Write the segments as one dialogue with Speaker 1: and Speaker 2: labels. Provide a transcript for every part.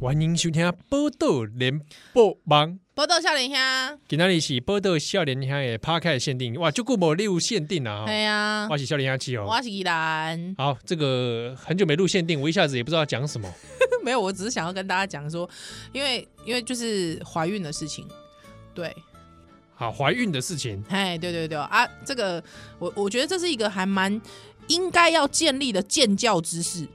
Speaker 1: 欢迎收听《报道联播网》，
Speaker 2: 报道少年兄，
Speaker 1: 今天是《报道少年兄》的 p a r k 限定，哇，就过某六限定了
Speaker 2: 哎
Speaker 1: 哈，
Speaker 2: 呀，
Speaker 1: 哦我是少年兄七哦。
Speaker 2: 我是依兰，
Speaker 1: 好，这个很久没录限定，我一下子也不知道讲什么。
Speaker 2: 没有，我只是想要跟大家讲说，因为因为就是怀孕的事情，对，
Speaker 1: 好，怀孕的事情，
Speaker 2: 哎，对对对啊，这个我我觉得这是一个还蛮应该要建立的建教知识，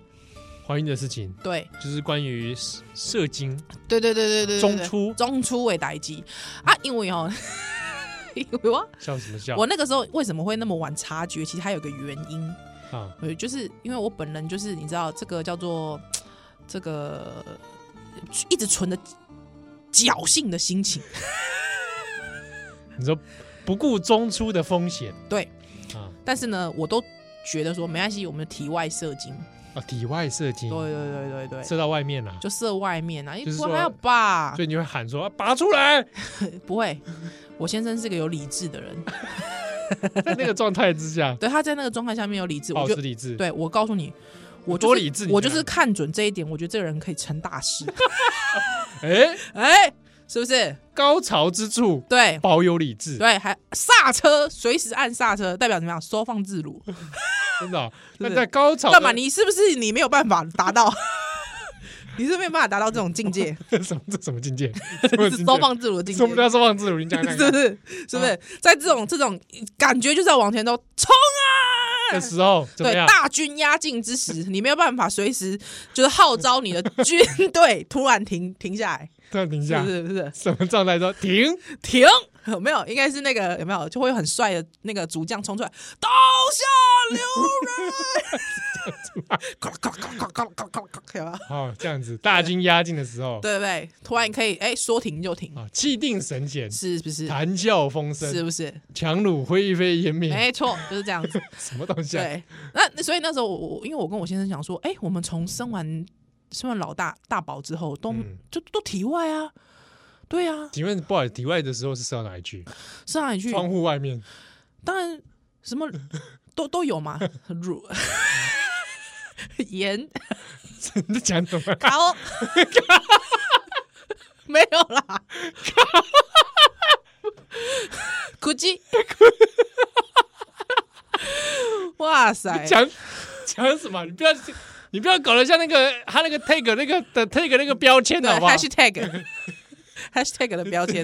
Speaker 1: 怀孕的事情
Speaker 2: 对
Speaker 1: 就是关于射射精
Speaker 2: 对对对对对对
Speaker 1: 中
Speaker 2: 对
Speaker 1: 出，
Speaker 2: 中出为代机啊，因为哦， 因为我
Speaker 1: 笑什么笑
Speaker 2: 我那个时候为什么会那么晚察觉，其实还有个原因，
Speaker 1: 啊？
Speaker 2: 呃，就是因为我本人就是你知道这个叫做这个一直存着侥幸的心情，
Speaker 1: 你说不顾中出的风险
Speaker 2: 对，
Speaker 1: 啊
Speaker 2: 但是呢，我都觉得说没关系，我们体外射精，
Speaker 1: 啊，体外射精
Speaker 2: 对，对对对对。
Speaker 1: 射到外面了，
Speaker 2: 就射外面啊，
Speaker 1: 就是
Speaker 2: 不
Speaker 1: 说
Speaker 2: 还好吧？
Speaker 1: 所以你会喊说啊拔出来，
Speaker 2: 不会，我先生是个有理智的人，
Speaker 1: 在那个状态之下
Speaker 2: 对，他在那个状态下面有理智，我
Speaker 1: 保
Speaker 2: 就
Speaker 1: 持理智。
Speaker 2: 对我告诉你，我
Speaker 1: 哦多
Speaker 2: 就是
Speaker 1: 理智你
Speaker 2: 我
Speaker 1: 这
Speaker 2: 就
Speaker 1: 样
Speaker 2: 是看准这一点，我觉得这个人可以成大事，
Speaker 1: 哎，
Speaker 2: 哎，是不是？
Speaker 1: 高潮之处
Speaker 2: 对，
Speaker 1: 保有理智，
Speaker 2: 对，啊还刹车，随时按刹车，代表怎么样？收放自如。
Speaker 1: 真的哦。
Speaker 2: 不是
Speaker 1: 那在高潮的
Speaker 2: 干嘛？你是不是你没有办法达到？ 你是没有办法达到这种境界，
Speaker 1: 这 什么这什么境 界？什么境
Speaker 2: 就是
Speaker 1: 界
Speaker 2: 收放自如的境
Speaker 1: 什么
Speaker 2: 界，
Speaker 1: 叫收放自如？你讲讲
Speaker 2: 是不
Speaker 1: 看。啊
Speaker 2: 是？是不是？在这种这种感觉就是要往前走，冲
Speaker 1: 的
Speaker 2: 啊！
Speaker 1: 时候怎么
Speaker 2: 对，
Speaker 1: 样？
Speaker 2: 大军压境之时，你没有办法随时就是号召你的 军队突然停停下来，
Speaker 1: 突然停一
Speaker 2: 是
Speaker 1: 下
Speaker 2: 不，是？是不是？
Speaker 1: 什么状态说 停？
Speaker 2: 停，有没有？应该是那个有没有就会有很帅的那个主将冲出来，刀下留人， 咔啦咔啦咔啦咔啦咔啦咔啦咔啦，有没有
Speaker 1: 哦，这样子，大军压境的时候，
Speaker 2: 对不对？突然可以哎、说停就停，
Speaker 1: 啊，气定神闲，
Speaker 2: 是不是？
Speaker 1: 谈笑风
Speaker 2: 是
Speaker 1: 生，
Speaker 2: 不是？
Speaker 1: 强弩灰飞烟灭，
Speaker 2: 没错，就是这样子。
Speaker 1: 什么东西啊？
Speaker 2: 对，那那所以那时候我我因为我跟我先生讲说，哎、我们从生完生完老大大宝之后，都、
Speaker 1: 嗯
Speaker 2: 就都体外啊，对啊，
Speaker 1: 请问不好意思，体外的时候是射到哪里去？
Speaker 2: 上海去
Speaker 1: 窗户外面
Speaker 2: 当然什么都都有嘛，乳 盐
Speaker 1: 你在讲什么？
Speaker 2: 好， 没有啦， 估计， 哇 塞，
Speaker 1: 讲讲什么？你不要你不要搞得像那个他那个 tag 那个的 tag 那个标签
Speaker 2: 对
Speaker 1: 好不好？
Speaker 2: ，hashtag。#hashtag 的标签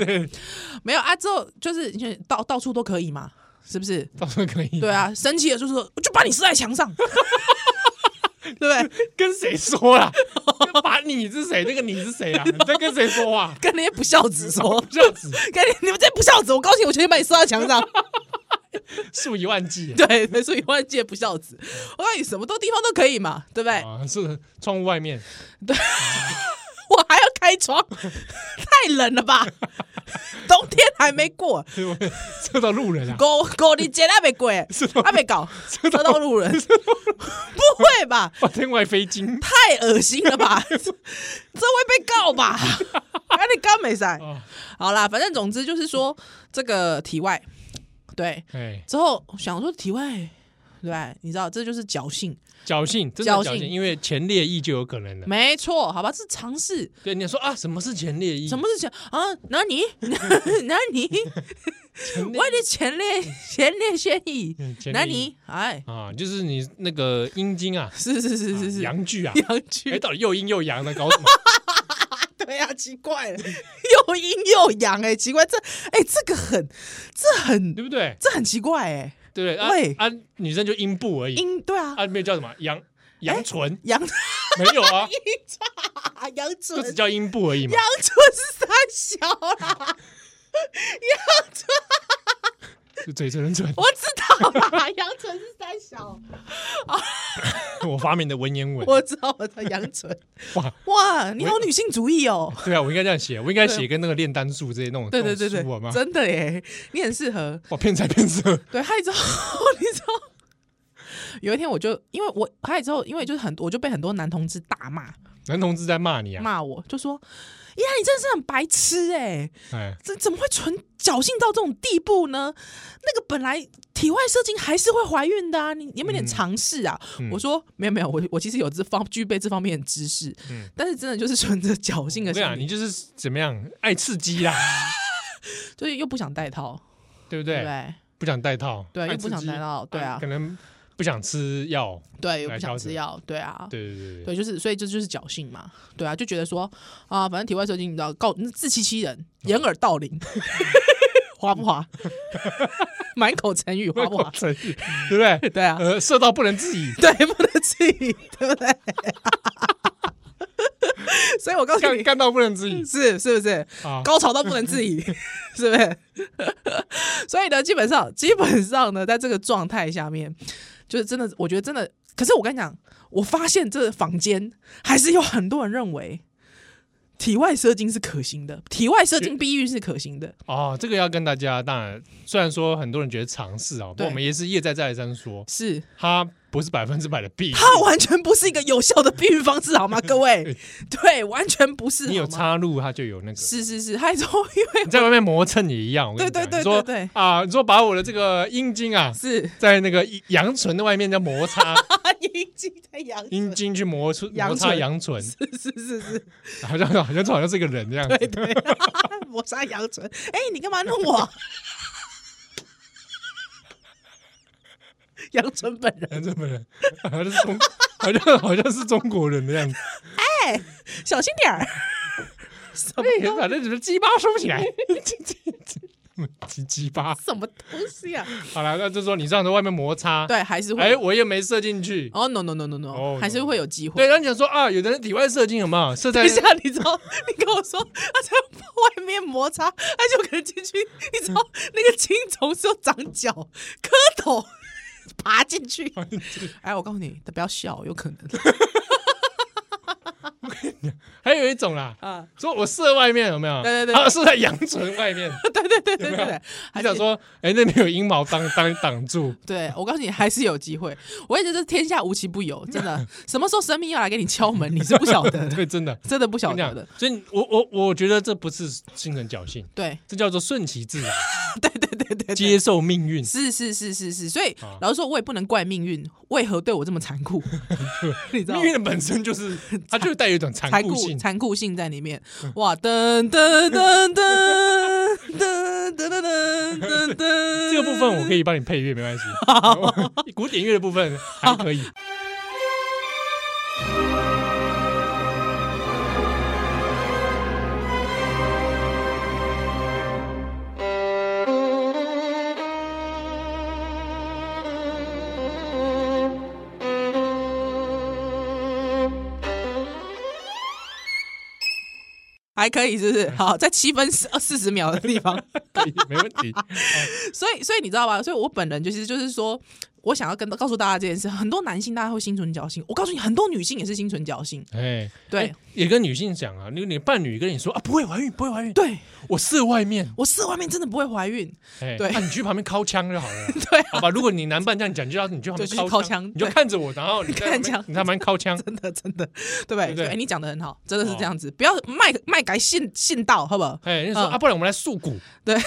Speaker 2: 没有啊，之后就是你到到处都可以嘛，是不是？
Speaker 1: 到时候可以。
Speaker 2: 对啊，生气了就是说我就把你射在墙上， 对不对？
Speaker 1: 跟谁说啦？把你是谁？那个你是 谁啊？你在跟谁说话？
Speaker 2: 跟那些不孝子 说，
Speaker 1: 这样子
Speaker 2: 跟你你们这些不孝子，我高兴，我全把你射到墙上。
Speaker 1: 数以万计
Speaker 2: 对，对所以万界不孝子，我告诉你，什么都地方都可以嘛，对不对？
Speaker 1: 啊！是窗户外面，
Speaker 2: 我还要开窗， 太冷了吧？冬天还没过，
Speaker 1: 对不对射到路人啊，
Speaker 2: 狗狗你节还没过，还没搞，车到路人，不会吧？
Speaker 1: 把天外飞 金
Speaker 2: 太恶心了吧？这会被告吧？那你刚没塞，
Speaker 1: 啊！
Speaker 2: 好啦，反正总之就是说这个体外，对，
Speaker 1: 哎，
Speaker 2: 之后想说体外。对吧，你知道这就是侥幸，
Speaker 1: 侥幸，真的侥
Speaker 2: 侥
Speaker 1: 幸，
Speaker 2: 幸嗯
Speaker 1: 因为前列翼就有可能的。
Speaker 2: 没错，好吧，是尝试，
Speaker 1: 对，你说啊，什么是前列翼？
Speaker 2: 什么是前啊？哪里？ 哪里？我的前 列前列腺液
Speaker 1: 嗯前列腺，
Speaker 2: 哪里？哎，
Speaker 1: 啊？就是你那个阴茎啊，
Speaker 2: 是是是是是，
Speaker 1: 阳具 啊，
Speaker 2: 阳
Speaker 1: 哎，
Speaker 2: 具，
Speaker 1: 到底又阴又阳的搞什 么？
Speaker 2: 对啊，奇怪了， 又阴又阳，哎，奇怪，这哎这个很，这很
Speaker 1: 对不对？
Speaker 2: 这很奇怪，哎，
Speaker 1: 对不对
Speaker 2: 喂
Speaker 1: 啊？啊，女生就阴部而已，
Speaker 2: 阴哎对啊，
Speaker 1: 啊，没有叫什么阳阳唇，
Speaker 2: 阳啊
Speaker 1: 没有 啊，
Speaker 2: 阳
Speaker 1: 就
Speaker 2: 唇，
Speaker 1: 只叫阴部而已嘛。
Speaker 2: 阳唇是三小啦，
Speaker 1: 就嘴唇唇，
Speaker 2: 我知道 啦，阳唇是三小，
Speaker 1: 我发明的文言文。
Speaker 2: 我知道我的阳唇，
Speaker 1: 哇，
Speaker 2: 哇，你好女性主义 哦。
Speaker 1: 对啊，我应该这样写，我应该写跟那个炼丹术这些那种
Speaker 2: 对对对
Speaker 1: 那种书好吗
Speaker 2: 对，？真的耶，你很适合。
Speaker 1: 哇，骗财骗色，
Speaker 2: 对，害之后你知道， 有一天我就因为我拍了之后，因为就是很我就被很多男同志大骂
Speaker 1: 男同志在骂你啊，
Speaker 2: 骂我，就说哎呀你真的是很白痴哎、
Speaker 1: 哎，
Speaker 2: 这怎么会纯侥幸到这种地步呢？那个本来体外射精还是会怀孕的啊，你你有没有点尝试啊？
Speaker 1: 嗯
Speaker 2: 我说没有没有，我我其实有这方具备这方面的知识，
Speaker 1: 嗯
Speaker 2: 但是真的就是存着侥幸的
Speaker 1: 我跟你
Speaker 2: 心
Speaker 1: 讲，
Speaker 2: 理，
Speaker 1: 你就是怎么样爱刺激啦，
Speaker 2: 就是又不想戴套，
Speaker 1: 对不
Speaker 2: 对
Speaker 1: 对？
Speaker 2: 不对？
Speaker 1: 不想戴套，
Speaker 2: 对，
Speaker 1: 爱
Speaker 2: 又不
Speaker 1: 刺
Speaker 2: 想
Speaker 1: 激
Speaker 2: 戴，套，对啊
Speaker 1: 可，能不想吃药，
Speaker 2: 对，又
Speaker 1: 来
Speaker 2: 不
Speaker 1: 调
Speaker 2: 想吃
Speaker 1: 整
Speaker 2: 药，对啊，
Speaker 1: 对对对
Speaker 2: 对，就是所以这就是侥幸嘛，对啊，就觉得说啊，反正体外射精，你知道告自欺欺人，掩耳盗铃， 滑不滑？ 满口成语，
Speaker 1: 对，？
Speaker 2: 滑不滑
Speaker 1: 成语对不对？
Speaker 2: 对啊，
Speaker 1: 呃，射到不能自已，
Speaker 2: 对，不能 自己，对不对？ 所以我告诉
Speaker 1: 干
Speaker 2: 你，
Speaker 1: 干到不能自已
Speaker 2: 是是不是
Speaker 1: 啊，
Speaker 2: 高潮到不能 自已，是不是？ 所以呢，基本上基本上呢，在这个状态下面，就是真的，我觉得真的，可是我跟你讲，我发现这坊间还是有很多人认为。体外射精是可行的，体外射精避孕是可行的，
Speaker 1: 哦，这个要跟大家，当然，虽然说很多人觉得尝试啊，不过
Speaker 2: 对
Speaker 1: 我们也是一而再再而三说，
Speaker 2: 是
Speaker 1: 它不是百分之百的避孕，
Speaker 2: 它完全不是一个有效的避孕方式，好吗？各位
Speaker 1: 对，
Speaker 2: 对，完全不是，
Speaker 1: 你有
Speaker 2: 好吗
Speaker 1: 插入它就有那个，
Speaker 2: 是是是，还有因为
Speaker 1: 你在外面磨蹭也一样，我跟你
Speaker 2: 对
Speaker 1: 讲，
Speaker 2: 对对
Speaker 1: 你说
Speaker 2: 对对
Speaker 1: 啊，你说把我的这个阴茎啊，
Speaker 2: 是
Speaker 1: 在那个阳唇的外面在摩擦
Speaker 2: 阴茎在阳
Speaker 1: 阴茎去磨出
Speaker 2: 阳
Speaker 1: 摩擦
Speaker 2: 唇
Speaker 1: 阳唇，
Speaker 2: 是是是，
Speaker 1: 好像好像好像是个人这样子，
Speaker 2: 抹杀阳唇。哎、你干嘛弄我？ 阳唇本人，
Speaker 1: 阳唇本人好像是中，好像好像是中国人的样子，
Speaker 2: 小心点儿。什么
Speaker 1: 哎反正只是鸡巴收不起来，鸡鸡巴。
Speaker 2: 什么东西啊？
Speaker 1: 好了，那就说你这样在外面摩擦，
Speaker 2: 对，还是会。
Speaker 1: 哎，我又没射进去。
Speaker 2: 哦、no no no no no，、
Speaker 1: 哦
Speaker 2: 还是会有机会。
Speaker 1: 对，然后你想说啊，有的人体外射精有没有射在
Speaker 2: 等一下，你知道，你跟我说他在外面摩擦，而且我可能进去，你知道 那个青虫是有长脚、蝌蚪 爬 进去。哎，我告诉你，不要笑，有可能
Speaker 1: 还有一种啦，
Speaker 2: 啊。
Speaker 1: 说我射外面有没有？
Speaker 2: 对对对
Speaker 1: 啊，射在阳唇外面。
Speaker 2: 对 对对对对对，
Speaker 1: 你
Speaker 2: 还是
Speaker 1: 想说，哎，那边有阴毛当当挡住，
Speaker 2: 对我告诉你，还是有机会。我也觉得天下无奇不有，真的。什么时候神明要来给你敲门，你是不晓得的，
Speaker 1: 对，真的。
Speaker 2: 真的不晓
Speaker 1: 跟你
Speaker 2: 得
Speaker 1: 讲
Speaker 2: 的。，
Speaker 1: 所以我我我觉得这不是心存侥幸，
Speaker 2: 对
Speaker 1: 这叫做顺其自然，
Speaker 2: 对对对对对，
Speaker 1: 接受命运。
Speaker 2: 是是是是是。所以
Speaker 1: 啊
Speaker 2: 老实说，我也不能怪命运为何对我这么 残酷， 你知道
Speaker 1: 命
Speaker 2: 吗？
Speaker 1: 运的本身 就是，它就带有一种残
Speaker 2: 残
Speaker 1: 酷
Speaker 2: 酷
Speaker 1: 性。嗯
Speaker 2: 残酷性在里面。哇，噔噔噔噔噔噔噔噔噔噔，
Speaker 1: 这个部分我可以帮你配乐，没关 系。古典乐的部分还可以。
Speaker 2: 还可以，是不是？好，在七分四呃四十秒的地方。
Speaker 1: 可以，没问题。
Speaker 2: 所以，所以你知道吧？所以我本人就是就是说，我想要跟告诉大家这件事，很多男性大家会心存侥幸，我告诉你，很多女性也是心存侥幸。
Speaker 1: 哎，
Speaker 2: 对、
Speaker 1: 哎，也跟女性讲啊，你你伴侣跟你说啊，不会怀孕，不会怀孕，
Speaker 2: 对，
Speaker 1: 我射外面，
Speaker 2: 我射外面真的不会怀孕，
Speaker 1: 哎，
Speaker 2: 对
Speaker 1: 啊，你去旁边敲枪就好了啦。
Speaker 2: 对啊，
Speaker 1: 好吧，如果你男伴这样讲，就要你就旁边
Speaker 2: 对就
Speaker 1: 敲
Speaker 2: 去敲枪
Speaker 1: 你就
Speaker 2: 对
Speaker 1: 看着我，然后你在
Speaker 2: 看
Speaker 1: 旁边
Speaker 2: 枪
Speaker 1: 你在旁边敲 枪，
Speaker 2: 真的真的，对不对？
Speaker 1: 对不对
Speaker 2: 哎、你讲的很好，真的是这样子，不要卖卖改信信道，好不好？
Speaker 1: 哎，人家说
Speaker 2: 嗯
Speaker 1: 啊，不然我们来诉苦，
Speaker 2: 啊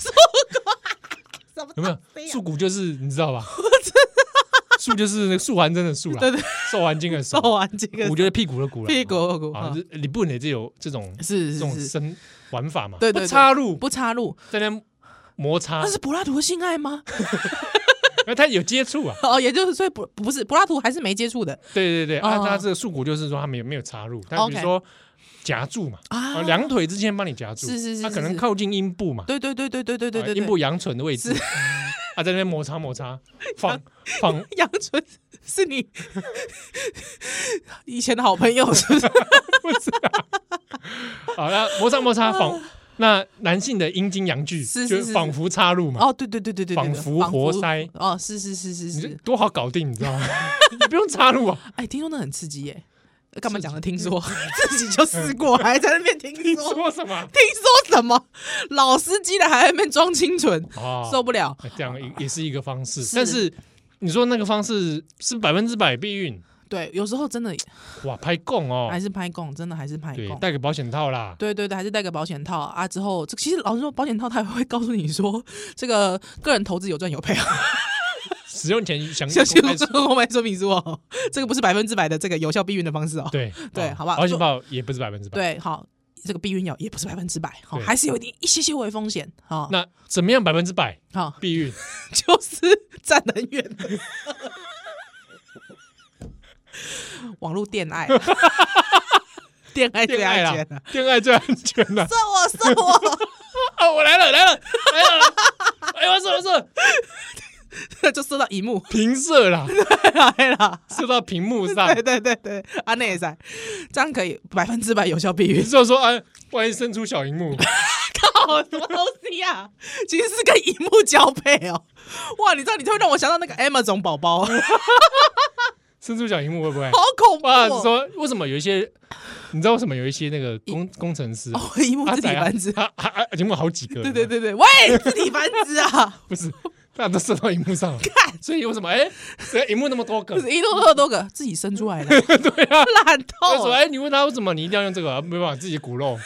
Speaker 2: 什么啊
Speaker 1: 有没有？诉苦就是你知道 吧？诉就是那个素还真的素啦，啊
Speaker 2: 对对
Speaker 1: 受完经的受
Speaker 2: 说，完这个
Speaker 1: 骨就是屁股的骨了，
Speaker 2: 屁股股
Speaker 1: 啊，
Speaker 2: 啊
Speaker 1: 这你不能这有这种
Speaker 2: 是
Speaker 1: 这种
Speaker 2: 是是，
Speaker 1: 生玩法嘛？
Speaker 2: 对对
Speaker 1: 不
Speaker 2: 对
Speaker 1: 插入，
Speaker 2: 不插入，
Speaker 1: 在那边摩擦
Speaker 2: 那，是柏拉图的性爱吗？
Speaker 1: 那他有接触啊。
Speaker 2: 哦，也就是所以不不是柏拉图还是没接触的
Speaker 1: 对对对，啊，
Speaker 2: 哦
Speaker 1: 他这个束骨就是说他没有没有插入，他比
Speaker 2: OK
Speaker 1: 如说夹住嘛，啊，
Speaker 2: 啊，
Speaker 1: 两腿之间帮你夹住，
Speaker 2: 是是是
Speaker 1: 他可
Speaker 2: 是
Speaker 1: 能
Speaker 2: 是
Speaker 1: 靠近阴部嘛，
Speaker 2: 对对对对对对对
Speaker 1: 啊
Speaker 2: 对
Speaker 1: 阴
Speaker 2: 对，
Speaker 1: 部阳唇的位置， 啊，在那边摩擦摩 擦，放放，
Speaker 2: 杨纯是你以前的好朋友，是不是？
Speaker 1: 不是啊，好，啊那摩擦摩擦仿。那男性的阴茎阳具
Speaker 2: 啊是是
Speaker 1: 就是仿佛插入嘛，
Speaker 2: 哦，对对对对对，对
Speaker 1: 仿
Speaker 2: 对
Speaker 1: 佛活塞
Speaker 2: 哦，是是是是
Speaker 1: 你这
Speaker 2: 是，
Speaker 1: 多好搞定，你知道吗？ 你不用插入 啊，
Speaker 2: 哎，听说那很刺激耶，呃干嘛
Speaker 1: 刺
Speaker 2: 讲的？听说 自己就试过，还在那边听
Speaker 1: 你
Speaker 2: 说，
Speaker 1: 说什么
Speaker 2: 听说什么老司机的还在那边装清纯，
Speaker 1: 啊
Speaker 2: 受不了。
Speaker 1: 哎这样也也是一个方式，
Speaker 2: 是
Speaker 1: 但是你说那个方式是百分之百避孕，
Speaker 2: 对，有时候真的
Speaker 1: 哇，拍供哦，
Speaker 2: 还是拍供，真的还是拍
Speaker 1: 对，
Speaker 2: 供。
Speaker 1: 戴个保险套啦，
Speaker 2: 对对对，还是戴个保险套啊。之后，这其实老实说，保险套它也会告诉你说，这个个人投资有赚有赔啊，
Speaker 1: 使用前 详
Speaker 2: 详
Speaker 1: 细
Speaker 2: 细
Speaker 1: 公开
Speaker 2: 这个购买说明书 哦，这个不是百分之百的这个有效避孕的方式哦。
Speaker 1: 对
Speaker 2: 对
Speaker 1: 哦
Speaker 2: 好吧
Speaker 1: 保险套也不是百分之百。
Speaker 2: 对，好，这个避孕药也不是百分之百，好，
Speaker 1: 对
Speaker 2: 还是有一点一些些微风险，好，
Speaker 1: 那怎么样百分之百
Speaker 2: 好，
Speaker 1: 避孕？
Speaker 2: 就是站很远的 网络恋 爱啊，恋爱啊最
Speaker 1: 恋爱
Speaker 2: 安全
Speaker 1: 啦
Speaker 2: 的，，
Speaker 1: 恋爱最安全啦。
Speaker 2: 射我射我，
Speaker 1: 啊，我来了来了来了来了，哎呦，是不是
Speaker 2: 就射到荧幕
Speaker 1: 平射 啦，
Speaker 2: 来了。
Speaker 1: 射到屏幕上。
Speaker 2: 对对对对，啊那也在，这样可以百分之百有效避
Speaker 1: 你
Speaker 2: 孕。
Speaker 1: 就说啊，万一伸出小荧幕，
Speaker 2: 靠，什么东西啊？ 其实是跟荧幕交配哦。哇，你知道你会让我想到那个 Amazon 宝 宝，好
Speaker 1: 伸出小荧幕会不会？
Speaker 2: 恐怖、
Speaker 1: 哇，
Speaker 2: 哦。
Speaker 1: 你说为什么有一些，你知道为什么有一些那个工工程师
Speaker 2: 哦，荧幕
Speaker 1: 阿
Speaker 2: 自体
Speaker 1: 仔啊
Speaker 2: 繁殖，
Speaker 1: 啊啊啊，荧幕好几个，
Speaker 2: 对对，对对，喂， 自体繁殖啊，
Speaker 1: 不是，大家都射到荧幕上了，
Speaker 2: 看
Speaker 1: 所以为什么哎，这荧幕那么多 个
Speaker 2: 不？是一多多多个自己生出来的， 对啊，
Speaker 1: 为
Speaker 2: 烂
Speaker 1: 什
Speaker 2: 透
Speaker 1: 么？
Speaker 2: 了，
Speaker 1: 哎，你问他为什么你一定要用这个 啊？没办法，自己骨 肉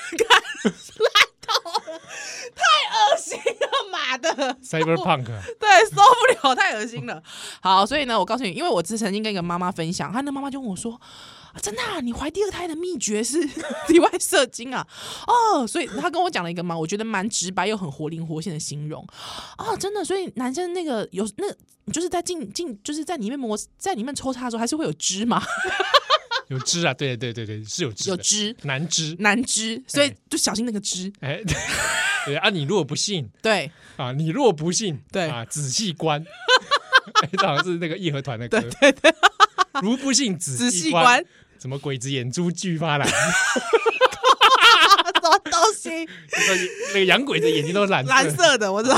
Speaker 2: 恶心啊，妈的，
Speaker 1: ，cyberpunk 啊
Speaker 2: 对，受不了，太恶心了。好，所以呢，我告诉你，因为我之前曾经跟一个妈妈分享，她的妈妈就问我说。啊真的、啊，你怀第二胎的秘诀是 体外射精啊？哦，所以她跟我讲了一个嘛，我觉得蛮直白又很活灵活现的形容啊，真的。所以男生那个有那，就是在进进，就是在里面磨，在里面抽插的时候，还是会有汁嘛，
Speaker 1: 有汁啊，对对对对，是有汁
Speaker 2: 有
Speaker 1: 的，
Speaker 2: 汁，
Speaker 1: 难汁，
Speaker 2: 难汁，所以
Speaker 1: 哎
Speaker 2: 就小心那个汁。
Speaker 1: 哎， 对啊，你如果不信
Speaker 2: 对
Speaker 1: 啊，你若不信，
Speaker 2: 对
Speaker 1: 啊，仔细观， 哎这好像是那个义和团的歌，对对对， 如不信仔
Speaker 2: 仔
Speaker 1: 细
Speaker 2: 细
Speaker 1: 观
Speaker 2: 观，，
Speaker 1: 什么鬼子眼珠俱发蓝，
Speaker 2: 什么啊东 西？
Speaker 1: 那个 那个洋鬼子眼睛都是 蓝
Speaker 2: 蓝色的，我知道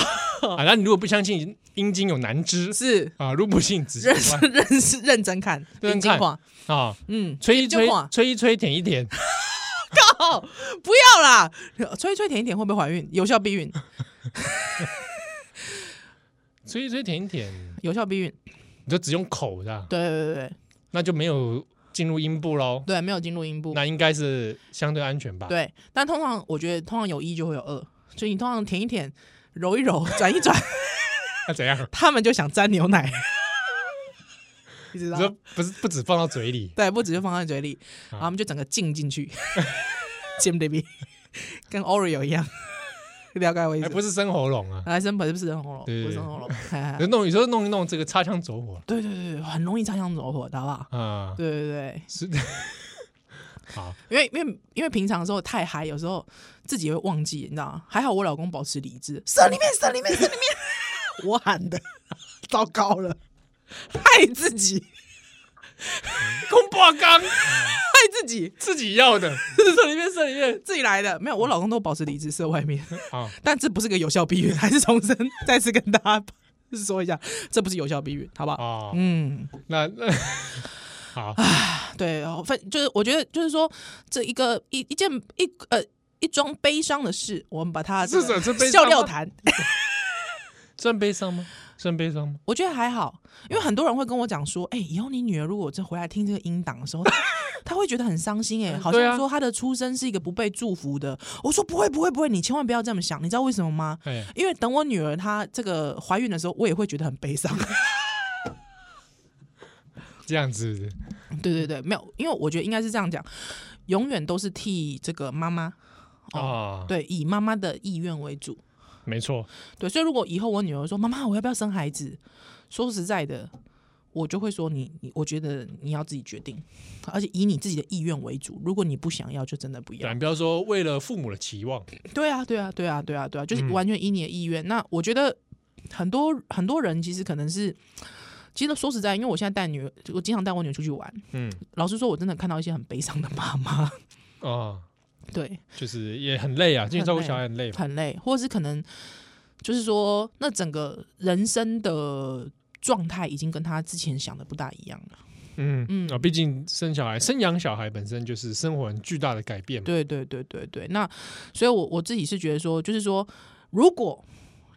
Speaker 1: 啊，然后你如果不相信阴茎有难知
Speaker 2: 是
Speaker 1: 啊，如不信仔细
Speaker 2: 认识
Speaker 1: 观
Speaker 2: 认识认真看，
Speaker 1: 认真看
Speaker 2: 眼睛晃，
Speaker 1: 啊，
Speaker 2: 嗯，
Speaker 1: 吹一吹
Speaker 2: 就看，
Speaker 1: 吹一吹，舔一舔，
Speaker 2: 靠，不要啦， 吹一吹舔一舔会不会怀孕？有效 避孕，
Speaker 1: 吹一吹，舔一舔，
Speaker 2: 有效避孕，
Speaker 1: 你就只用口的啊，
Speaker 2: 对对对对
Speaker 1: 那就没有进入阴部喽，
Speaker 2: 对，没有进入阴部，
Speaker 1: 那应该是相对安全吧？
Speaker 2: 对，但通常我觉得通常有一就会有二，所以你通常舔一舔，揉一揉， 转一转，
Speaker 1: 那怎样？
Speaker 2: 他们就想沾牛奶， 你知
Speaker 1: 你
Speaker 2: 道
Speaker 1: 说
Speaker 2: 吗？
Speaker 1: 不是不止放到嘴里，
Speaker 2: 对，不只是放在嘴里，
Speaker 1: 啊
Speaker 2: 然后我们就整个浸进去， 浸 baby，跟 Oreo 一样， 了解我意
Speaker 1: 还
Speaker 2: 思？
Speaker 1: 哎不是生喉咙啊？
Speaker 2: 来生本不是生喉咙，
Speaker 1: 对
Speaker 2: 不是生喉咙，嘿嘿
Speaker 1: 就弄有时候弄一弄这个擦枪走火
Speaker 2: 对对对，对很容易擦枪走火的，好不好？
Speaker 1: 啊，
Speaker 2: 对对对，
Speaker 1: 是 好
Speaker 2: 因为因为因为平常的时候太嗨，有时候自己也会忘记，你知道吗？还好我老公保持理智，射里面，射里面，射里面， 我喊的，糟糕了， 害自己，
Speaker 1: 空挂缸
Speaker 2: 害自己，
Speaker 1: 自己要的
Speaker 2: 射里面，射里面，自己来的，没有，我老公都保持理智，射外面，
Speaker 1: 啊，
Speaker 2: 但这不是个有效避孕，还是重申，再次跟大家 说一下，这不是有效避孕，好不好？
Speaker 1: 哦，
Speaker 2: 嗯。
Speaker 1: 那 那好，
Speaker 2: 对，然后分就是我觉得就是说这一个一一件一呃一桩悲伤的事，我们把它这
Speaker 1: 是
Speaker 2: 个
Speaker 1: 是悲伤
Speaker 2: 笑
Speaker 1: 吗
Speaker 2: 料谈，
Speaker 1: 算悲伤吗？算悲伤吗？
Speaker 2: 我觉得还好，因为很多人会跟我讲说，哎、以后你女儿如果这回来听这个音档的时候。 她会觉得很伤心哎、好
Speaker 1: 对啊
Speaker 2: 像说她的出生是一个不被祝福的。我说不会不会不会，你千万不要这么想，你知道为什么吗？
Speaker 1: 哎，
Speaker 2: 因为等我女儿她这个怀孕的时候，我也会觉得很悲伤。
Speaker 1: 这样子
Speaker 2: 对对对，没有，因为我觉得应该是这样讲，永远都是替这个妈妈，
Speaker 1: 啊，
Speaker 2: 对，以妈妈的意愿为主。
Speaker 1: 没错，
Speaker 2: 对，所以如果以后我女儿说：“妈妈，我要不要生孩子？”说实在的，我就会说你：“你我觉得你要自己决定，而且以你自己的意愿为主。如果你不想要，就真的不要。
Speaker 1: 啊咱不要说为了父母的期望，”
Speaker 2: 对啊，对啊，对啊，对啊，对啊，就是完全以你的意愿。那我觉得很多很多人其实可能是，其实说实在，因为我现在带女儿，我经常带我女儿出去玩。
Speaker 1: 嗯
Speaker 2: 老实说，我真的看到一些很悲伤的妈妈，
Speaker 1: 啊，
Speaker 2: 对，
Speaker 1: 就是也很累啊，因为照顾小孩很累嘛，
Speaker 2: 很累，或者是可能就是说，那整个人生的状态已经跟他之前想的不大一样了。
Speaker 1: 嗯嗯
Speaker 2: 嗯
Speaker 1: 啊，毕竟生小孩、生养小孩本身就是生活很巨大的改变嘛，
Speaker 2: 对对对对对，那所以我，我自己是觉得说，就是说，如果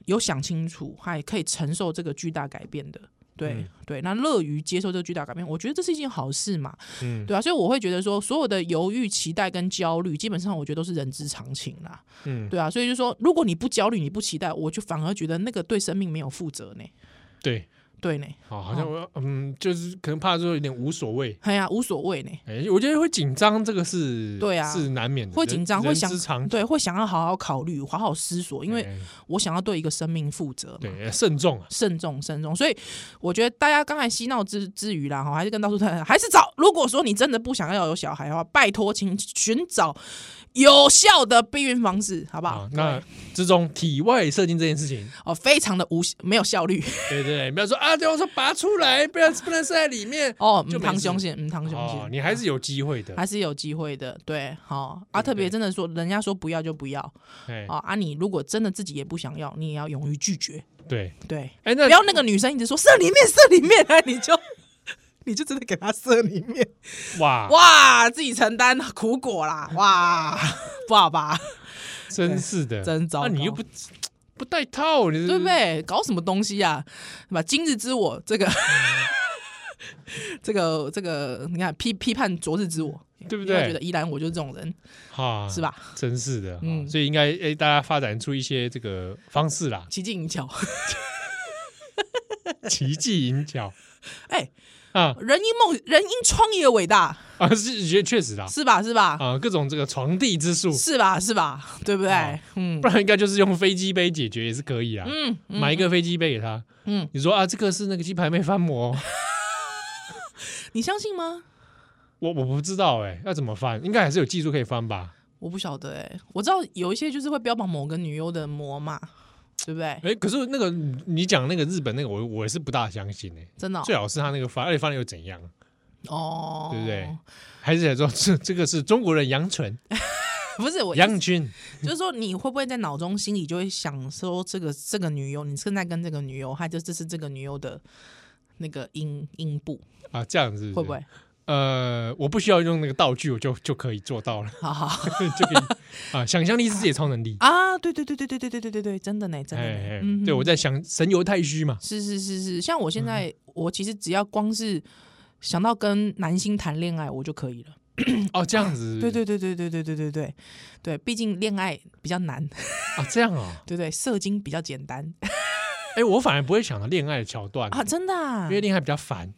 Speaker 2: 有想清楚，还可以承受这个巨大改变的，对、
Speaker 1: 嗯
Speaker 2: 对，那乐于接受这巨大改变，我觉得这是一件好事嘛，
Speaker 1: 嗯
Speaker 2: 对啊，所以我会觉得说，所有的犹豫、期待跟焦虑，基本上我觉得都是人之常情啦，
Speaker 1: 嗯，
Speaker 2: 对啊，所以就说，如果你不焦虑，你不期待，我就反而觉得那个对生命没有负责呢，
Speaker 1: 对，
Speaker 2: 对呢，
Speaker 1: 好，好像我
Speaker 2: 哦
Speaker 1: 要嗯，就是可能怕说有点无所谓。
Speaker 2: 哎呀，无所谓呢，
Speaker 1: 哎，我觉得会紧张，这个是
Speaker 2: 对啊
Speaker 1: 是难免的，
Speaker 2: 会紧张
Speaker 1: 人
Speaker 2: 会想
Speaker 1: 人之常情
Speaker 2: 对，会想要好好考虑、好好思索，因为
Speaker 1: 哎
Speaker 2: 我想要对一个生命负责嘛。
Speaker 1: 对慎重啊，
Speaker 2: 慎重，慎重。所以我觉得大家刚才嬉闹之之余啦，哈，还是跟到处探，还是找。如果说你真的不想要有小孩的话，拜托，请寻找有效的避孕方式，好不好？
Speaker 1: 啊，
Speaker 2: 各位
Speaker 1: 那这种体外射精这件事情，
Speaker 2: 哦，非常的无没有效率
Speaker 1: 对对对，不要说啊，对方说拔出来，不要不能射在里面
Speaker 2: 哦，
Speaker 1: 就
Speaker 2: 嗯，
Speaker 1: 没
Speaker 2: 堂
Speaker 1: 事
Speaker 2: 兄线，嗯，堂兄
Speaker 1: 哦，
Speaker 2: 线，
Speaker 1: 你还是有机会的。
Speaker 2: 还是有机会的，对，好、啊，
Speaker 1: 对
Speaker 2: 特别
Speaker 1: 对
Speaker 2: 真的说，人家说不要就不要
Speaker 1: 哎，
Speaker 2: 啊啊，你如果真的自己也不想要，你也要勇于拒绝，
Speaker 1: 对，
Speaker 2: 对，
Speaker 1: 哎，那
Speaker 2: 不要那个女生一直说射里面射里面，哎，你就 你就真的给她射里面。
Speaker 1: 哇，
Speaker 2: 哇，自己承担苦果啦，哇，不好吧，
Speaker 1: 真是的，
Speaker 2: 真糟糕
Speaker 1: 那你又不不戴套，你
Speaker 2: 对
Speaker 1: 是
Speaker 2: 不？对？搞什么东西呀、啊？对吧？今日之我，这个， 这个，这个，你看批批判昨日之我，
Speaker 1: 对不
Speaker 2: 因为我
Speaker 1: 对
Speaker 2: 觉得依然我就是这种人，
Speaker 1: 哈，
Speaker 2: 是？吧？
Speaker 1: 真是的，
Speaker 2: 嗯
Speaker 1: 嗯，所以应该哎，大家发展出一些这个方式
Speaker 2: ，
Speaker 1: 啦
Speaker 2: 奇技淫巧，
Speaker 1: 奇技淫巧
Speaker 2: 哎，
Speaker 1: 啊
Speaker 2: 人因梦，人因创业伟大，
Speaker 1: 啊，是觉得确实啦，
Speaker 2: 是吧？是吧？
Speaker 1: 啊，各种这个床地之术，
Speaker 2: 是吧？是吧？对不对？
Speaker 1: 啊
Speaker 2: 嗯
Speaker 1: 不然应该就是用飞机杯解决也是可以啦，
Speaker 2: 嗯嗯
Speaker 1: 买一个飞机杯给他，
Speaker 2: 嗯，
Speaker 1: 你说啊，这个是那个鸡排妹翻模，
Speaker 2: 你相信吗？
Speaker 1: 我我不知道哎，要怎么翻？应该还是有技术可以翻吧？
Speaker 2: 我不晓得哎、我知道有一些就是会标榜某个女优的模嘛，对不对？
Speaker 1: 哎，可是那个你你讲那个日本那个，我我是不大相信哎，
Speaker 2: 真的哦
Speaker 1: 最好是他那个翻，而且翻了又怎样？
Speaker 2: 哦，
Speaker 1: 对不对？还是想说这这个是中国人杨纯
Speaker 2: 不是我意思
Speaker 1: 杨军，
Speaker 2: 就是说，你会不会在脑中心里就会想说，这个这个女优，你正在跟这个女优，还就这是这个女优的那个阴阴部，
Speaker 1: 啊，这样子
Speaker 2: 会不？会？
Speaker 1: 呃，我不需要用那个道具，我就就可以做 到了，
Speaker 2: 好好
Speaker 1: 就可以啊，想象力是自己的超能力。
Speaker 2: 啊，对对对对对对对对对对，真的 呢，真的呢，
Speaker 1: 哎，哎
Speaker 2: 嗯，
Speaker 1: 对我在想神游太虚嘛，
Speaker 2: 是是是是，像我现在，
Speaker 1: 嗯
Speaker 2: 我其实只要光是想到跟男星谈恋爱，我就可以了。
Speaker 1: 哦，这样子，
Speaker 2: 嗯啊对对对对对对对对对对，毕竟恋爱比较难，
Speaker 1: 啊，这样啊，
Speaker 2: 对对，射精比较简单
Speaker 1: 哎，我反而不会想到恋爱的桥段
Speaker 2: 啊，真的啊
Speaker 1: 因为恋爱比较烦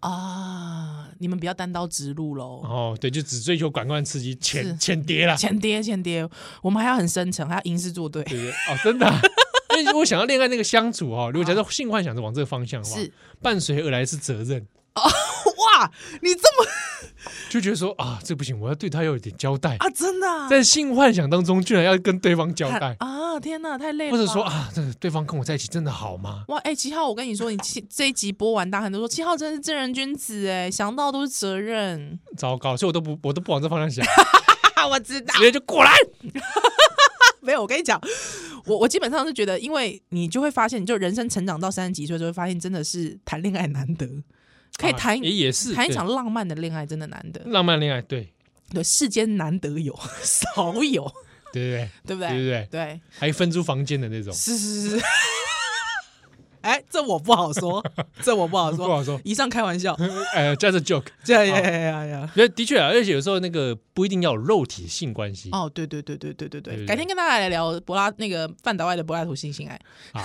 Speaker 2: 啊，你们不要单刀直入喽。
Speaker 1: 哦，对，就只追求感官刺激，
Speaker 2: 是
Speaker 1: 浅浅碟 啦，
Speaker 2: 前爹前爹，我们还要很深沉，还要吟诗作对。
Speaker 1: 对不对？哦，真的啊， 因为我想要恋爱那个相处哦，如果假设性幻想是往这个方向的话
Speaker 2: 是，
Speaker 1: 伴随而来是责任，
Speaker 2: 哇，你这么
Speaker 1: 就觉得说啊，这不行，我要对他有一点交代。
Speaker 2: 啊，真的、啊、
Speaker 1: 在性幻想当中，居然要跟对方交代，
Speaker 2: 啊！天哪，太累了。
Speaker 1: 或者说，啊，这对方跟我在一起真的好吗？
Speaker 2: 哇，哎、七号，我跟你说，你七这一集播完，大家很多说七号真是正人君子，哎，想到都是责任。
Speaker 1: 糟糕，所以我都不，我都不往这方向想，
Speaker 2: 哈哈，我知道
Speaker 1: 直，接就过来。
Speaker 2: 没有，我跟你讲，我我基本上是觉得，因为你就会发现，你就人生成长到三十几岁，就会发现真的是谈恋爱难得，可以谈
Speaker 1: 啊、也也是
Speaker 2: 谈一
Speaker 1: 对
Speaker 2: 场浪漫的恋爱，真的难得，
Speaker 1: 浪漫恋爱，对
Speaker 2: 对，世间难得有， 少有，
Speaker 1: 对
Speaker 2: 对不
Speaker 1: 对对
Speaker 2: 对？
Speaker 1: 对对，
Speaker 2: 对。
Speaker 1: 还分租房间的那种，
Speaker 2: 是是是是。哎，这我不好说，这我不 好
Speaker 1: 不
Speaker 2: 说，
Speaker 1: 好说。
Speaker 2: 以上开 玩笑，
Speaker 1: 呃，加着 joke，
Speaker 2: 这呀呀呀呀！
Speaker 1: 因为的确啊，而且有时候那个不一定要有肉体性关系
Speaker 2: 哦，对对对对对
Speaker 1: 对
Speaker 2: 对对，
Speaker 1: 对
Speaker 2: 改天跟大家来聊柏拉那个范岛外的柏拉图性性爱。
Speaker 1: 啊。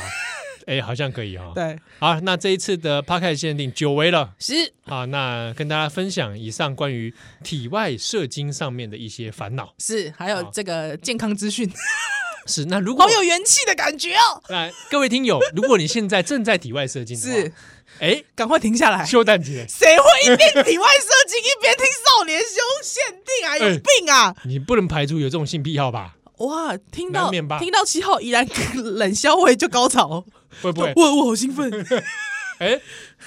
Speaker 1: 哎，好像可以哈、哦。
Speaker 2: 对，
Speaker 1: 好，那这一次的 p o c a s t 限定久违了。
Speaker 2: 是
Speaker 1: 啊，那跟大家分享以上关于体外射精上面的一些烦恼。
Speaker 2: 是，还有
Speaker 1: 好
Speaker 2: 这个健康 资讯，
Speaker 1: 是，那如果
Speaker 2: 好有元气的感觉哦。
Speaker 1: 那各位听友，如果你现在正在体外射精的话，
Speaker 2: 是，
Speaker 1: 哎，
Speaker 2: 赶快停下来。
Speaker 1: 休蛋姐，
Speaker 2: 谁会一边 体外射精一边听少年胸限定啊？有
Speaker 1: 哎
Speaker 2: 病啊！
Speaker 1: 你不能排除有这种性癖好吧？
Speaker 2: 哇，听到
Speaker 1: 难免吧
Speaker 2: 听到七号依然冷消味就高潮，
Speaker 1: 会不会？
Speaker 2: 我我好兴 奋，
Speaker 1: 哎，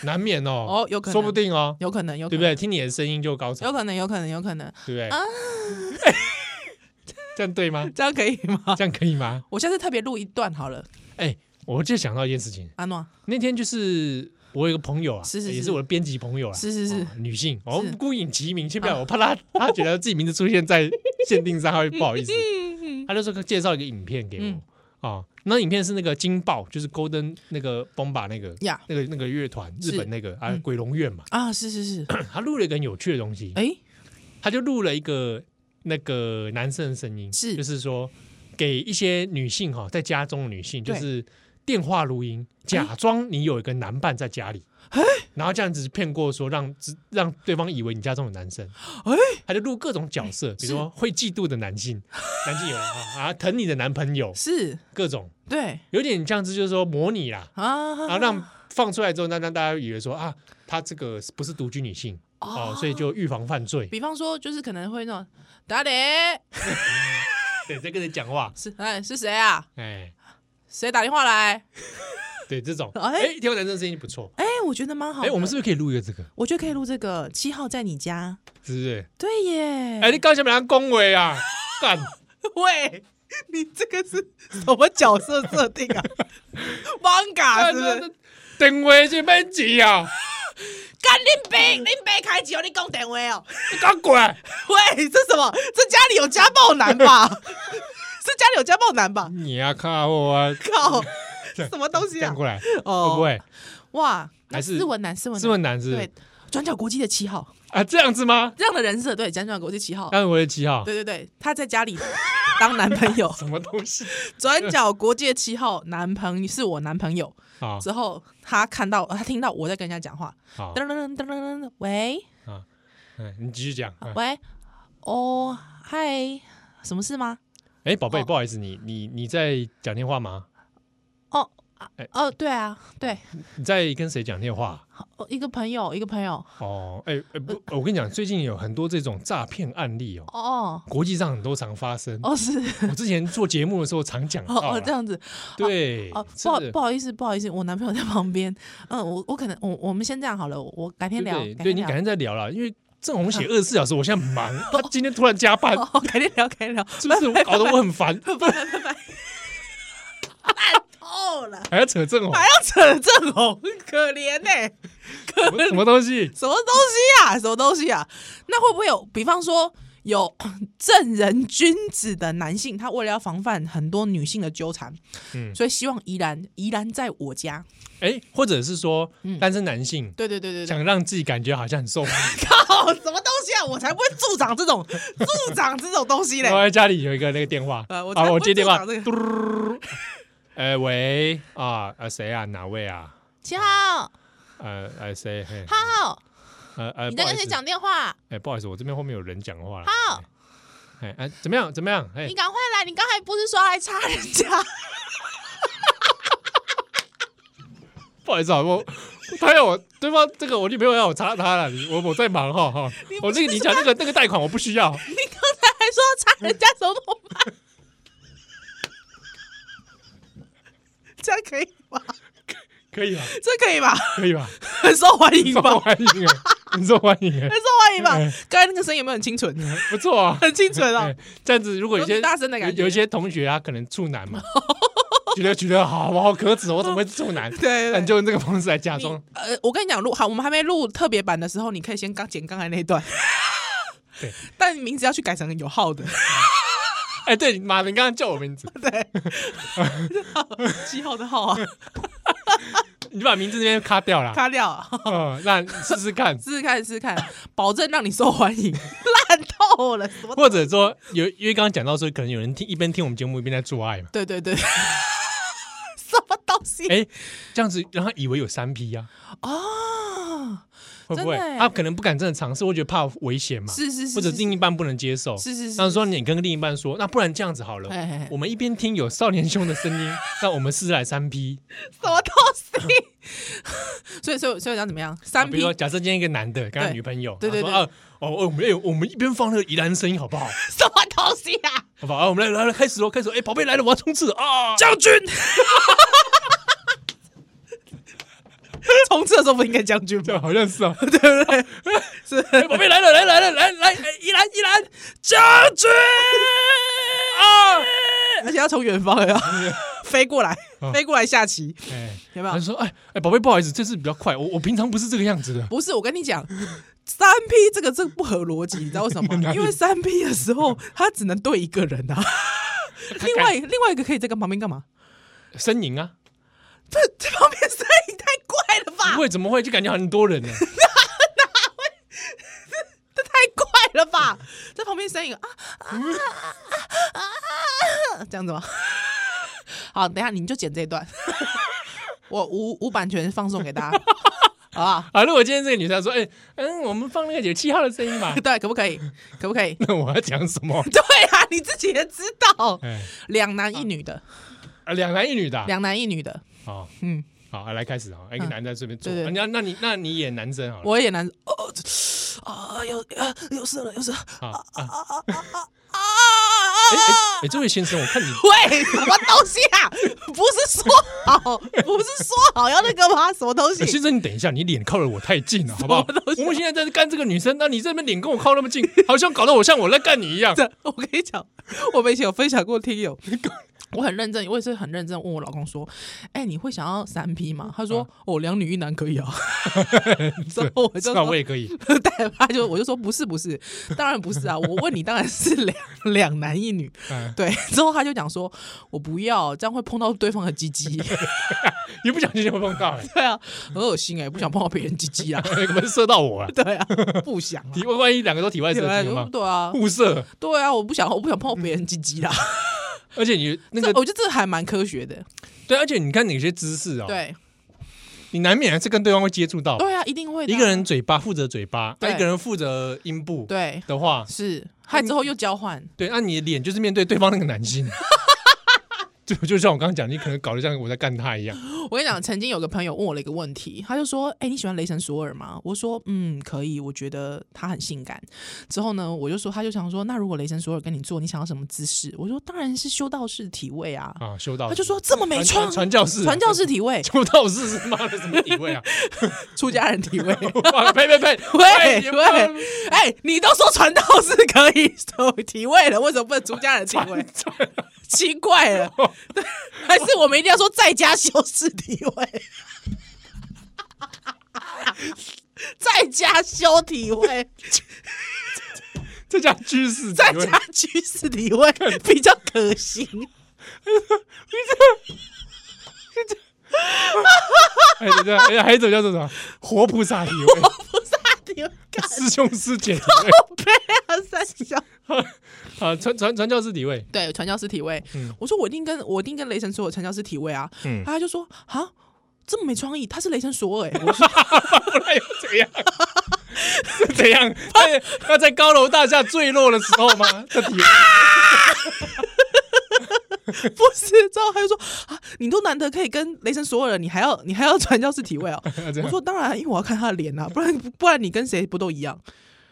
Speaker 1: 难免哦，
Speaker 2: 哦有可能
Speaker 1: 说不定哦，
Speaker 2: 有可能，有
Speaker 1: 对
Speaker 2: 可能
Speaker 1: 不对？听你的声音就高潮
Speaker 2: 有，可能，有可能，有可能，
Speaker 1: 对不对
Speaker 2: 啊？
Speaker 1: 这样对 吗？
Speaker 2: 这样可以吗？
Speaker 1: 这样可以吗？
Speaker 2: 我下次特别录一段好了，
Speaker 1: 哎，我就想到一件事情，
Speaker 2: 阿诺，啊
Speaker 1: 那天就是。我有一个朋友啊，
Speaker 2: 是是是
Speaker 1: 也是我的编辑朋友啊，
Speaker 2: 是是是
Speaker 1: 哦女性，我
Speaker 2: 是啊
Speaker 1: 们孤影其名，千万不要，我怕 她她觉得自己名字出现在限定上，她会不好意思。
Speaker 2: 嗯，
Speaker 1: 他就说介绍一个影片给我，
Speaker 2: 嗯
Speaker 1: 啊。那影片是那个金爆，就是 Golden 那个 Bomba 那个
Speaker 2: 呀
Speaker 1: 那个那个乐团，日
Speaker 2: 是
Speaker 1: 本那个啊鬼龙院嘛，
Speaker 2: 啊，是是 是，
Speaker 1: 他录了一个很有趣的东西，
Speaker 2: 哎，
Speaker 1: 他就录了一个那个男生的声音，
Speaker 2: 是
Speaker 1: 就是说给一些女性哈，在家中的女性就
Speaker 2: 对哎
Speaker 1: 是电话录音，假装你有一个男伴在家里，然后这样子骗过说让只让对方以为你家中有男生，
Speaker 2: 哎
Speaker 1: 他就录各种角色，比如说会嫉妒的男 性，男性友啊，啊疼你的男朋友，
Speaker 2: 是，
Speaker 1: 各种
Speaker 2: 对
Speaker 1: 有点这样子，就是说模拟啦，
Speaker 2: 啊，
Speaker 1: 然后让放出来之后，那让大家以为说啊，她这个不是独居女性哦，所以就预防犯罪。
Speaker 2: 比方说，就是可能会那种打雷
Speaker 1: 对，在跟人讲话，
Speaker 2: 是哎是谁啊？
Speaker 1: 哎，
Speaker 2: 谁打电话来？
Speaker 1: 对这种，
Speaker 2: 哎
Speaker 1: 哎，听完男生的声音不错，
Speaker 2: 哎，我觉得蛮好的。
Speaker 1: 哎，我们是不是可以录一个这个？
Speaker 2: 我觉得可以录这个七号在你家。
Speaker 1: 是不是？
Speaker 2: 对耶，
Speaker 1: 哎，你刚才把他恭维啊， 干，
Speaker 2: 喂，你这个是什么角色设定 啊？manga
Speaker 1: 干
Speaker 2: 啊是不是？
Speaker 1: 哎电话是免钱啊，
Speaker 2: 干林北，林北开启哦，你讲电话哦。
Speaker 1: 你敢过来？
Speaker 2: 喂，这什么？这家里有家暴 男吧？是家里有家暴男吧？
Speaker 1: 你啊，靠我啊，
Speaker 2: 靠，什么东西
Speaker 1: 这样
Speaker 2: 啊？
Speaker 1: 过来，会
Speaker 2: 哦
Speaker 1: 不会？
Speaker 2: 哇，那
Speaker 1: 还是
Speaker 2: 斯文男，斯文男，
Speaker 1: 这么难是不
Speaker 2: 对
Speaker 1: 是，
Speaker 2: 转角国际的七号，
Speaker 1: 啊？这样子吗？
Speaker 2: 这样的人设，对，转角国际七号，
Speaker 1: 当然我的七号，
Speaker 2: 哦对对对，他在家里当男 朋友，
Speaker 1: 什么东 西
Speaker 2: 转角国际的七号男朋是我男朋友。
Speaker 1: 啊？
Speaker 2: 之后他看到，他听到我在跟人家讲话，
Speaker 1: 好
Speaker 2: 噔噔噔噔噔噔，喂
Speaker 1: 啊，嗯，你继续讲。嗯
Speaker 2: 喂，哦嗨，什么事吗？
Speaker 1: 哎，宝贝，
Speaker 2: 哦
Speaker 1: 不好意思，你你你在讲电话吗？
Speaker 2: 哦啊
Speaker 1: 哎
Speaker 2: 哦，对啊，对，
Speaker 1: 你在跟谁讲电话？
Speaker 2: 哦一个朋友，一个朋友，
Speaker 1: 哦，哎、哎不，我跟你讲，最近有很多这种诈骗案例哦，
Speaker 2: 哦
Speaker 1: 国际上很多常发生。
Speaker 2: 哦是，
Speaker 1: 我之前做节目的时候常讲
Speaker 2: 哦
Speaker 1: 到
Speaker 2: 哦
Speaker 1: 啦，
Speaker 2: 这样子，
Speaker 1: 对，
Speaker 2: 哦
Speaker 1: 是
Speaker 2: 不好不好意思不好意思，我男朋友在旁边，嗯，我我可能我我们先这样好了，我我改天聊
Speaker 1: 对，对，对你改
Speaker 2: 改天聊。
Speaker 1: 天再聊啦，因为郑红写二十四小时，我现在很 忙，他今天突然加班，
Speaker 2: 哦，改天聊，改天聊，
Speaker 1: 是不是搞得我很 烦？
Speaker 2: 透了，
Speaker 1: 还要扯郑红
Speaker 2: 还，要扯正红，可怜呢、
Speaker 1: 什么什么东西？
Speaker 2: 什么东西啊？什么东西啊？那会不会有，比方说有 正人君子的男性，他为了要防范很多女性的纠缠，
Speaker 1: 嗯
Speaker 2: 所以希望宜兰宜兰在我家。
Speaker 1: 哎、或者是说单身男性。
Speaker 2: 对嗯对对对对，
Speaker 1: 想让自己感觉好像很受欢迎，
Speaker 2: 靠，什么东西啊？我才不会助长这种 助长这种东 西嘞！
Speaker 1: 我在家里有一个那个电话，
Speaker 2: 呃我才
Speaker 1: 啊，
Speaker 2: 不
Speaker 1: 我
Speaker 2: 会
Speaker 1: 接电话，
Speaker 2: 助长这个
Speaker 1: 嘟， 呃，喂，啊，啊，谁啊？哪位啊？
Speaker 2: 七号，
Speaker 1: 呃呃谁？嘿
Speaker 2: 浩，
Speaker 1: 呃呃，
Speaker 2: 你在
Speaker 1: 不好
Speaker 2: 跟
Speaker 1: 意
Speaker 2: 谁
Speaker 1: 思？
Speaker 2: 讲电话？
Speaker 1: 哎，不好意思，我这边后面有人讲话了。
Speaker 2: 好
Speaker 1: 哎，哎哎，怎么样？怎么样？哎
Speaker 2: 你，赶快来！你刚才不是说还插人家？
Speaker 1: 不好意思啊，我他要我对方这个我女朋友要我查他了，你我我在忙哈哈
Speaker 2: 你。不
Speaker 1: 我那个你讲那个那个贷款我不需要，
Speaker 2: 你刚才还说要插人家手头发， 这样可以吗？
Speaker 1: 可以吧？
Speaker 2: 这可以吧？
Speaker 1: 可以吧？
Speaker 2: 很受欢迎
Speaker 1: 受
Speaker 2: 吧？很
Speaker 1: 欢迎哎，很受欢迎哎，
Speaker 2: 受欢啊迎吧
Speaker 1: 嗯？
Speaker 2: 刚才那个声音有没有很清纯？
Speaker 1: 不错啊。
Speaker 2: 很清纯啊
Speaker 1: 哎！这样子，如果有
Speaker 2: 有
Speaker 1: 些
Speaker 2: 点大声的感觉
Speaker 1: 有有一些同学他可能处男嘛， 觉得觉得好我好可耻，我怎么会处男？
Speaker 2: 对
Speaker 1: 那
Speaker 2: 对
Speaker 1: 你
Speaker 2: 对。
Speaker 1: 就用这个方式来假
Speaker 2: 你
Speaker 1: 装，
Speaker 2: 呃，我跟你讲，录好，我们还没录特别版的时候，你可以先刚剪刚才那一段
Speaker 1: 对。
Speaker 2: 但名字要去改成有 号的，
Speaker 1: 哎，对，马明刚刚叫我名字，
Speaker 2: 七号的号啊，
Speaker 1: 你把名字那边卡掉了，
Speaker 2: 卡掉啊，，
Speaker 1: 哦，那试试看
Speaker 2: 试试看，试试看，保证让你受欢迎，烂透了，什么？
Speaker 1: 或者说有，因为刚刚讲到说，可能有人听一边听我们节目一边在做爱 嘛，
Speaker 2: 对对对，什么东西？
Speaker 1: 哎，这样子让他以为有三 P 呀，
Speaker 2: 哦，
Speaker 1: 会不会？
Speaker 2: 真的欸
Speaker 1: 他可能不敢真的尝试，会觉得怕危险嘛，
Speaker 2: 是是是，
Speaker 1: 或者
Speaker 2: 是
Speaker 1: 另一半不能接受。
Speaker 2: 是是是，
Speaker 1: 那说你跟另一半说，那不然这样子好了
Speaker 2: 嘿嘿嘿，
Speaker 1: 我们一边听有少年兄的声 音，那我们试试来三 P。
Speaker 2: 什么东西？ 所以所以所以讲怎么样？
Speaker 1: 啊
Speaker 2: 三
Speaker 1: 比如
Speaker 2: P
Speaker 1: 说，假设今天一个男的跟他
Speaker 2: 对
Speaker 1: 女朋友，
Speaker 2: 对对
Speaker 1: 然后说啊哦，我们哎我们一边放那个宜兰声音好不好？
Speaker 2: 什么东西啊？
Speaker 1: 好不好？啊我们来来来，开始喽，开始喽！哎，宝贝来了，我要冲刺啊！
Speaker 2: 将 军。冲刺的时候不应该将军
Speaker 1: 这
Speaker 2: 吗？
Speaker 1: 样好像是啊，
Speaker 2: 对不对？是
Speaker 1: 哎宝贝来了，来来来来来，哎宜兰宜兰
Speaker 2: 将 军，
Speaker 1: 啊！
Speaker 2: 而且要从远方有没 有飞过来
Speaker 1: 啊，
Speaker 2: 飞过来下棋，
Speaker 1: 哎，
Speaker 2: 有没
Speaker 1: 他
Speaker 2: 有
Speaker 1: 就？说哎哎，宝贝，不好意思，这次比较快，我我平常不是这个样子的。
Speaker 2: 不是，我跟你讲，三 P 这个这个不合逻辑，你知道为什么
Speaker 1: 哪
Speaker 2: 吗？
Speaker 1: 里
Speaker 2: 因为三 P 的时候，他只能对一个人啊。另外另外一个可以在跟旁边干嘛？
Speaker 1: 呻吟啊，
Speaker 2: 这这旁边声音太怪了吧
Speaker 1: 不？会怎么会就感觉很多人呢？
Speaker 2: 这太怪了吧？在旁边声音啊啊啊啊啊！这样子吗？ 好，等一下你就剪这一段， 我无无版权放送给大家， 好不好？，
Speaker 1: 啊，如果今天这个女生说，哎、嗯，我们放那个九七号的声音吧
Speaker 2: 对，可不可以？可不可以？
Speaker 1: 那我要讲什么？
Speaker 2: 对啊，你自己也知道，
Speaker 1: 哎、
Speaker 2: 两男一女的，
Speaker 1: 啊，两男一女的啊、
Speaker 2: 两男一女的，
Speaker 1: 好
Speaker 2: 嗯，
Speaker 1: 好、啊来开始啊，哎一个
Speaker 2: 嗯
Speaker 1: 男的在这边坐，
Speaker 2: 对对
Speaker 1: 啊那、那你那你演男生好了，
Speaker 2: 我也难哦啊，有啊有事了，有事了
Speaker 1: 好啊，
Speaker 2: 啊啊啊啊啊！
Speaker 1: 哎哎哎，这位先生，我看你
Speaker 2: 喂，什么东西啊？不是说好，不是说好要那个吗？什么东西
Speaker 1: 哎？先生，你等一下，你脸靠得我太近了，好不好
Speaker 2: 什么东？西啊
Speaker 1: 我们现在在干这个女生，那你这边脸跟我靠那么近，好像搞得我像我在干你一样。
Speaker 2: 真的，我跟你讲，我们以前有分享过听友，我很认真，我也是很认真问我老公说：“哎、你会想要三 P 吗？”他说：“哦，两女一男可以啊。”之后我就
Speaker 1: 那我
Speaker 2: 说，
Speaker 1: 也可以，
Speaker 2: 对，他就我就说不是不是，当然不是啊，我问你当然是两两男一女。
Speaker 1: 嗯，
Speaker 2: 对，之后他就讲说：“我不要，这样会碰到对方的鸡鸡。
Speaker 1: 一不小心就会碰到了”，哎
Speaker 2: 对啊，很恶心哎、不想碰到别人鸡鸡啊。
Speaker 1: 可能射到我了。
Speaker 2: 对啊，不想 啊。
Speaker 1: 体外万一两个都体外射精了吗？
Speaker 2: 对啊，
Speaker 1: 互射，
Speaker 2: 对啊，我不想，我不想碰到别人鸡鸡啦。
Speaker 1: 而且你 那
Speaker 2: 这
Speaker 1: 个
Speaker 2: 我觉得这还蛮科学的，
Speaker 1: 对，而且你看哪些姿势哦，
Speaker 2: 对。
Speaker 1: 你难免还是跟对方会接触到。
Speaker 2: 对啊，一定会
Speaker 1: 哦
Speaker 2: 的啊
Speaker 1: 一个人嘴巴负责嘴巴，那
Speaker 2: 对
Speaker 1: 一个人负责阴部
Speaker 2: 对
Speaker 1: 的话，
Speaker 2: 是，还之后又交换，
Speaker 1: 对，啊那你的脸就是面对对方那个男性。 就就像我刚刚讲，你可能搞得像我在干他一样。
Speaker 2: 我跟你讲，曾经有个朋友问我了一个问题，他就说：“哎、你喜欢雷神索尔吗？”我说：“嗯，可以，我觉得他很性感。”之后呢，我就说，他就想说：“那如果雷神索尔跟你做，你想要什么姿势？”我说：“当然是修道士体位啊。
Speaker 1: 啊，修道士
Speaker 2: 他就说：“这么
Speaker 1: 传
Speaker 2: 没创
Speaker 1: 传，传教士，啊
Speaker 2: 传教士 体位，
Speaker 1: 修道士是妈的什么地位啊？
Speaker 2: 出家人体位。”
Speaker 1: 哇呸呸呸！
Speaker 2: 喂
Speaker 1: 你
Speaker 2: 喂，哎、你都说传道士可以 手体位了，为什么不能出家人体位？
Speaker 1: 啊
Speaker 2: 奇怪了，还是我们一定要说在家修饰体位， 在家修体位，
Speaker 1: 这叫居士地
Speaker 2: 在
Speaker 1: 位，
Speaker 2: 家居士体位比较可行。
Speaker 1: 哎对对，哎还有一种叫做什么活菩萨体位，
Speaker 2: 菩萨体位，干
Speaker 1: 师兄师姐体
Speaker 2: 杯啊，三小。
Speaker 1: 位，啊传传传教士体位，
Speaker 2: 对，传教士体位。
Speaker 1: 嗯
Speaker 2: 我说我一定跟我一定跟雷神索尔传教士体位啊。
Speaker 1: 嗯
Speaker 2: 他就说啊，这么没创意，他是雷神 索尔、欸。我说
Speaker 1: 不然又怎样？是怎样？在要在高楼大厦坠落的时候吗？这啊体位
Speaker 2: 不是，之后他就说啊，你都难得可以跟雷神索尔了，你还要你还要传教士体位哦。
Speaker 1: 要这
Speaker 2: 我
Speaker 1: 样，
Speaker 2: 说当然，因为我要看他的脸啊，不然不然你跟谁不都一样，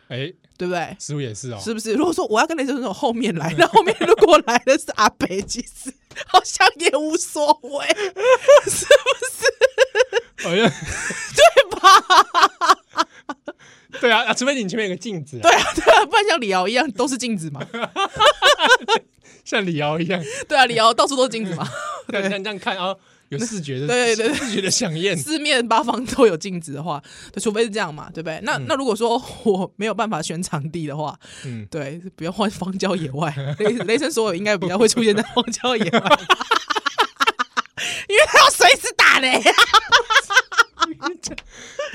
Speaker 1: 哎，
Speaker 2: 对不对？
Speaker 1: 师傅也是哦，
Speaker 2: 是不是？如果说我要跟雷神索尔后面来，那后面如果来的是阿北，其实好像也无所 谓，
Speaker 1: 好
Speaker 2: 哎
Speaker 1: 像
Speaker 2: 对吧？
Speaker 1: 对啊，啊除非你前面有个镜子啊，
Speaker 2: 对啊，对啊，不然像李敖一样都是镜子嘛，
Speaker 1: 像李敖一样，
Speaker 2: 对啊，李敖到处都是镜子嘛。
Speaker 1: 这样这样看啊，有视觉的，
Speaker 2: 对对对
Speaker 1: 视觉的响应。
Speaker 2: 四面八方都有镜子的话，对，除非是这样嘛，对不对？那、那如果说我没有办法选场地的话，
Speaker 1: 嗯
Speaker 2: 对，不要换荒郊野外，雷雷神索尔应该比较会出现在荒郊野外，因为他要随时打雷啊，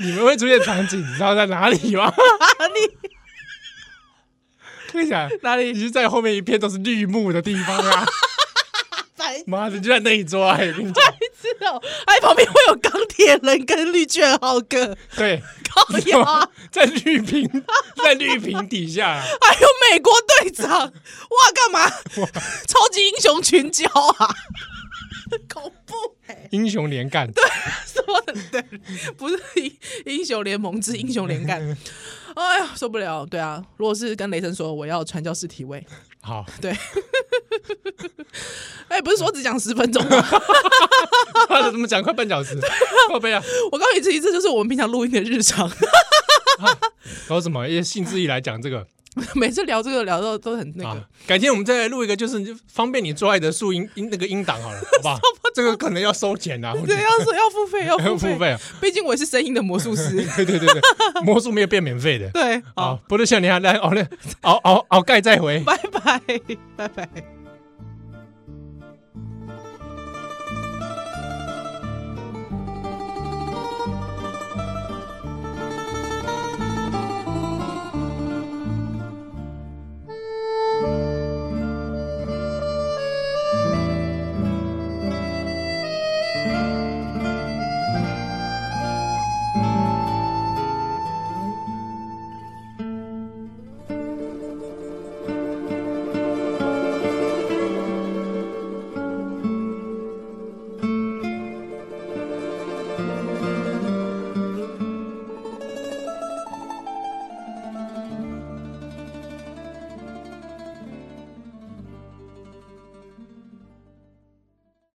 Speaker 1: 你们会出现场景，你知道在哪里 吗？
Speaker 2: 你
Speaker 1: 跟你讲，
Speaker 2: 哪
Speaker 1: 你
Speaker 2: 里
Speaker 1: 是在后面一片都是绿幕的地方 啊！
Speaker 2: 白
Speaker 1: 妈的，就在那一桌啊！我跟 你讲，
Speaker 2: 痴哦、还旁边会有钢铁人跟绿巨人浩哥，
Speaker 1: 对，
Speaker 2: 靠啊呀！
Speaker 1: 在绿屏， 在绿屏底下啊，
Speaker 2: 还有美国队长，哇，干嘛？超级英雄群交啊， 恐怖哎、
Speaker 1: 英雄连干。
Speaker 2: 什么的，对，不是英英雄联盟之英雄连干，哎呀，受不了，对啊，如果是跟雷神说我要传教士体位，
Speaker 1: 好，
Speaker 2: 对，哎、不是说只讲十分钟 吗？
Speaker 1: 妈的，怎么讲快半小时？靠背啊！
Speaker 2: 我告诉你，这一次就是我们平常录音的日常，
Speaker 1: 搞什么？因为兴致一来讲这个
Speaker 2: 每次聊这个聊到都很那个，
Speaker 1: 啊，改天我们再来录一个，就是方便你做爱的录音音那个音档好了，好 不好？这个可能要收钱啊，我觉
Speaker 2: 对，
Speaker 1: 得
Speaker 2: 要是要付费，要
Speaker 1: 要
Speaker 2: 付
Speaker 1: 付
Speaker 2: 费，
Speaker 1: 费啊。
Speaker 2: 毕竟我也是声音的魔术 师，
Speaker 1: 对对对对，魔术没有变免费 的。
Speaker 2: 对，好
Speaker 1: 哦好，，不是像你啊，来熬熬熬熬盖再回。
Speaker 2: 拜拜，拜拜。